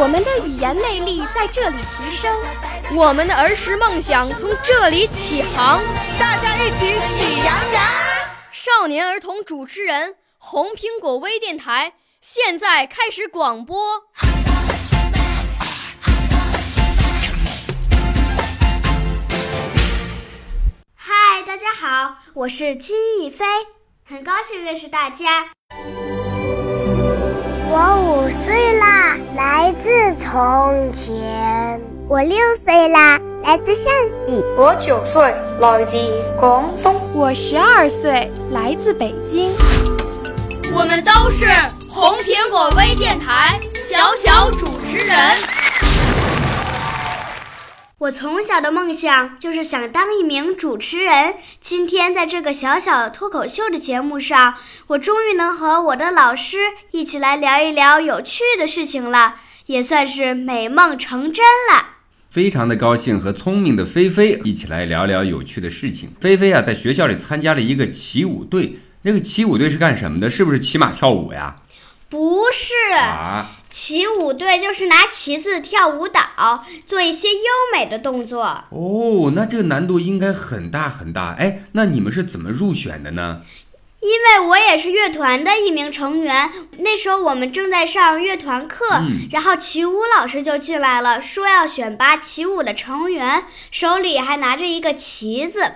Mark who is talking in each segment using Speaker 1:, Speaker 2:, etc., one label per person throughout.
Speaker 1: 我们的语言魅力在这里提升，
Speaker 2: 我们的儿时梦想从这里起航。
Speaker 3: 大家一起喜羊羊。
Speaker 2: 少年儿童主持人，红苹果微电台现在开始广播。
Speaker 4: 嗨，大家好，我是金逸飞，很高兴认识大家。
Speaker 5: 我五岁啦，来自从前。
Speaker 6: 我六岁啦，来自陕西。
Speaker 7: 我九岁，来自广东。
Speaker 1: 我十二岁，来自北京。
Speaker 2: 我们都是红苹果微电台小小主持人。
Speaker 4: 我从小的梦想就是想当一名主持人。今天在这个小小脱口秀的节目上，我终于能和我的老师一起来聊一聊有趣的事情了，也算是美梦成真了。
Speaker 8: 非常的高兴和聪明的菲菲一起来聊聊有趣的事情。菲菲啊，在学校里参加了一个骑舞队，这个骑舞队是干什么的？是不是骑马跳舞呀？
Speaker 4: 不是。
Speaker 8: 啊。
Speaker 4: 起舞队就是拿旗子跳舞蹈，做一些优美的动作。
Speaker 8: 哦，那这个难度应该很大很大。哎，那你们是怎么入选的呢？
Speaker 4: 因为我也是乐团的一名成员，那时候我们正在上乐团课，
Speaker 8: 嗯
Speaker 4: 然后齐舞老师就进来了，说要选拔齐舞的成员，手里还拿着一个旗子，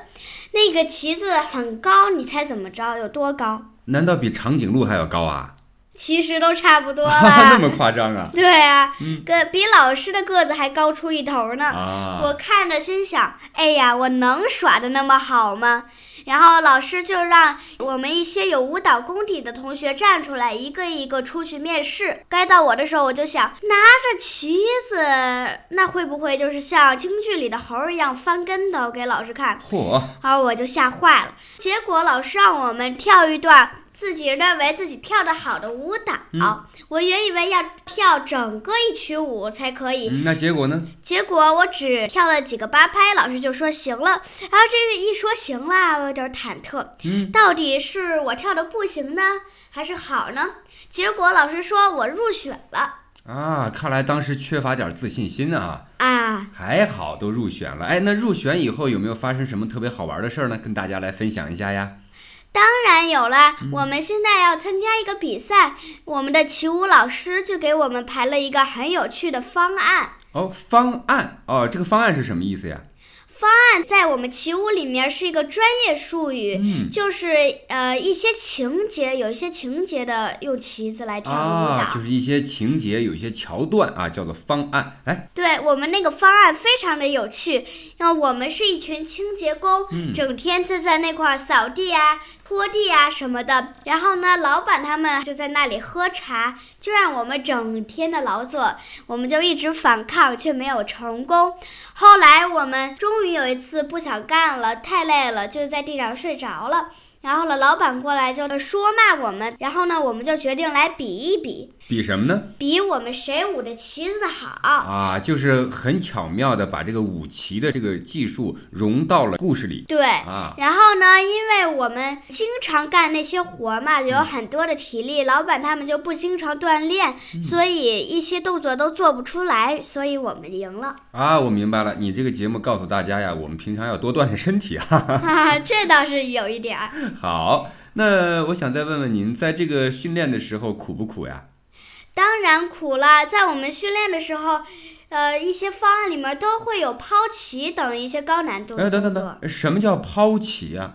Speaker 4: 那个旗子很高，你猜怎么着？有多高？
Speaker 8: 难道比长颈鹿还要高啊？
Speaker 4: 其实都差不多
Speaker 8: 那
Speaker 4: 了。
Speaker 8: 么夸张啊？
Speaker 4: 对啊，
Speaker 8: 嗯
Speaker 4: 个比老师的个子还高出一头呢。我
Speaker 8: 啊，
Speaker 4: 看着心想：“哎呀，我能耍的那么好吗？”然后老师就让我们一些有舞蹈功底的同学站出来，一个一个出去面试。该到我的时候，我就想，拿着旗子，那会不会就是像京剧里的猴儿一样翻跟头给老师看？
Speaker 8: 嚯！
Speaker 4: 然后我就吓坏了。结果老师让我们跳一段自己认为自己跳得好的舞蹈，
Speaker 8: 嗯
Speaker 4: 我原以为要跳整个一曲舞才可以，
Speaker 8: 嗯那结果呢？
Speaker 4: 结果我只跳了几个八拍，老师就说行了。然后这是一说行了，我有点忐忑，
Speaker 8: 嗯，
Speaker 4: 到底是我跳的不行呢，还是好呢？结果老师说我入选了
Speaker 8: 啊，看来当时缺乏点自信心啊。
Speaker 4: 啊！
Speaker 8: 还好都入选了。哎，那入选以后有没有发生什么特别好玩的事儿呢？跟大家来分享一下呀。
Speaker 4: 当然有啦，
Speaker 8: 嗯
Speaker 4: 我们现在要参加一个比赛，我们的齐舞老师就给我们排了一个很有趣的方案。
Speaker 8: 哦，方案哦，这个方案是什么意思呀？
Speaker 4: 案在我们齐舞里面是一个专业术语。
Speaker 8: 嗯，
Speaker 4: 就是呃一些情节，有一些情节的用旗子来跳舞蹈，
Speaker 8: 啊，就是一些情节，有一些桥段啊，叫做方案。哎来，
Speaker 4: 对我们那个方案非常的有趣，那我们是一群清洁工，
Speaker 8: 嗯
Speaker 4: 整天就在那块儿扫地啊、拖地啊什么的。然后呢，老板他们就在那里喝茶，就让我们整天的劳作，我们就一直反抗，却没有成功。后来我们终于有一次不想干了，太累了，就在地上睡着了。然后呢，老板过来就说骂我们，然后呢，我们就决定来比一比，
Speaker 8: 比什么呢？
Speaker 4: 比我们谁舞的旗子好。
Speaker 8: 啊，就是很巧妙的把这个舞旗的这个技术融到了故事里
Speaker 4: 对，
Speaker 8: 啊。
Speaker 4: 然后呢，因为我们经常干那些活嘛，
Speaker 8: 嗯
Speaker 4: 有很多的体力，老板他们就不经常锻炼，
Speaker 8: 嗯
Speaker 4: 所以一些动作都做不出来，所以我们赢了。
Speaker 8: 啊，我明白了，你这个节目告诉大家呀，我们平常要多锻炼身体啊。
Speaker 4: 哈哈，这倒是有一点儿。
Speaker 8: 好，那我想再问问您，在这个训练的时候苦不苦呀？
Speaker 4: 当然苦了，在我们训练的时候，呃，一些方案里面都会有抛旗等一些高难度
Speaker 8: 哎，
Speaker 4: 的
Speaker 8: 等
Speaker 4: 动作。
Speaker 8: 等等，什么叫抛啊旗呀？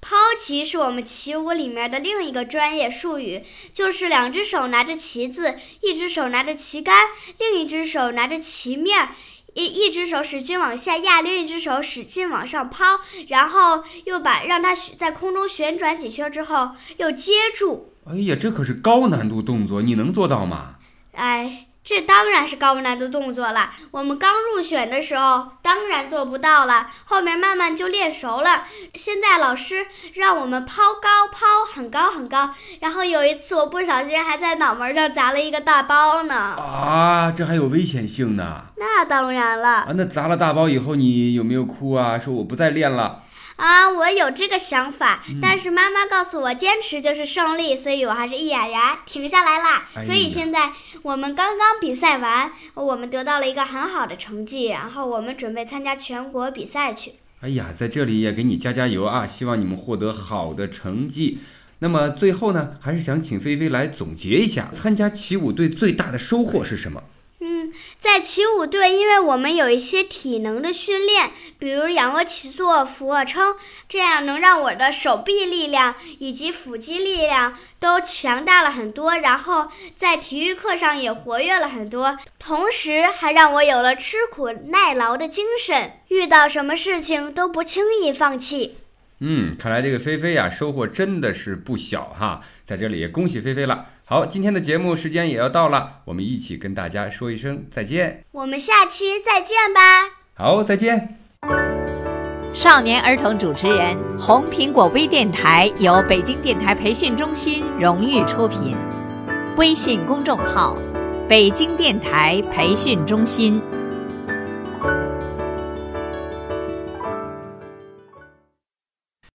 Speaker 4: 抛旗是我们旗舞里面的另一个专业术语，就是两只手拿着旗子，一只手拿着旗杆，另一只手拿着旗面儿，一一只手使劲往下压，另一只手使劲往上抛，然后又把让它旋在空中旋转几圈之后又接住。
Speaker 8: 哎呀，这可是高难度动作，你能做到吗？
Speaker 4: 哎，这当然是高难度动作了。我们刚入选的时候当然做不到了，后面慢慢就练熟了。现在老师让我们抛高，抛很高很高。然后有一次我不小心还在脑门上砸了一个大包呢。
Speaker 8: 啊，这还有危险性呢！
Speaker 4: 那当然了
Speaker 8: 啊，那砸了大包以后，你有没有哭啊？说我不再练了。
Speaker 4: 啊，我有这个想法，
Speaker 8: 嗯
Speaker 4: 但是妈妈告诉我坚持就是胜利，所以我还是一咬牙停下来啦。
Speaker 8: 哎呀
Speaker 4: 所以现在我们刚刚比赛完，我们得到了一个很好的成绩，然后我们准备参加全国比赛去。
Speaker 8: 哎呀，在这里也给你加加油啊！希望你们获得好的成绩。那么最后呢，还是想请菲菲来总结一下，参加起舞队最大的收获是什么？
Speaker 4: 嗯，在起舞队，因为我们有一些体能的训练，比如仰卧起坐、俯卧撑，这样能让我的手臂力量以及腹肌力量都强大了很多。然后在体育课上也活跃了很多，同时还让我有了吃苦耐劳的精神，遇到什么事情都不轻易放弃。
Speaker 8: 嗯，看来这个菲菲呀、收获真的是不小哈，在这里也恭喜菲菲了。好，今天的节目时间也要到了，我们一起跟大家说一声再见。
Speaker 4: 我们下期再见吧。
Speaker 8: 好，再见。
Speaker 9: 少年儿童主持人，红苹果微电台由北京电台培训中心荣誉出品，微信公众号：北京电台培训中心。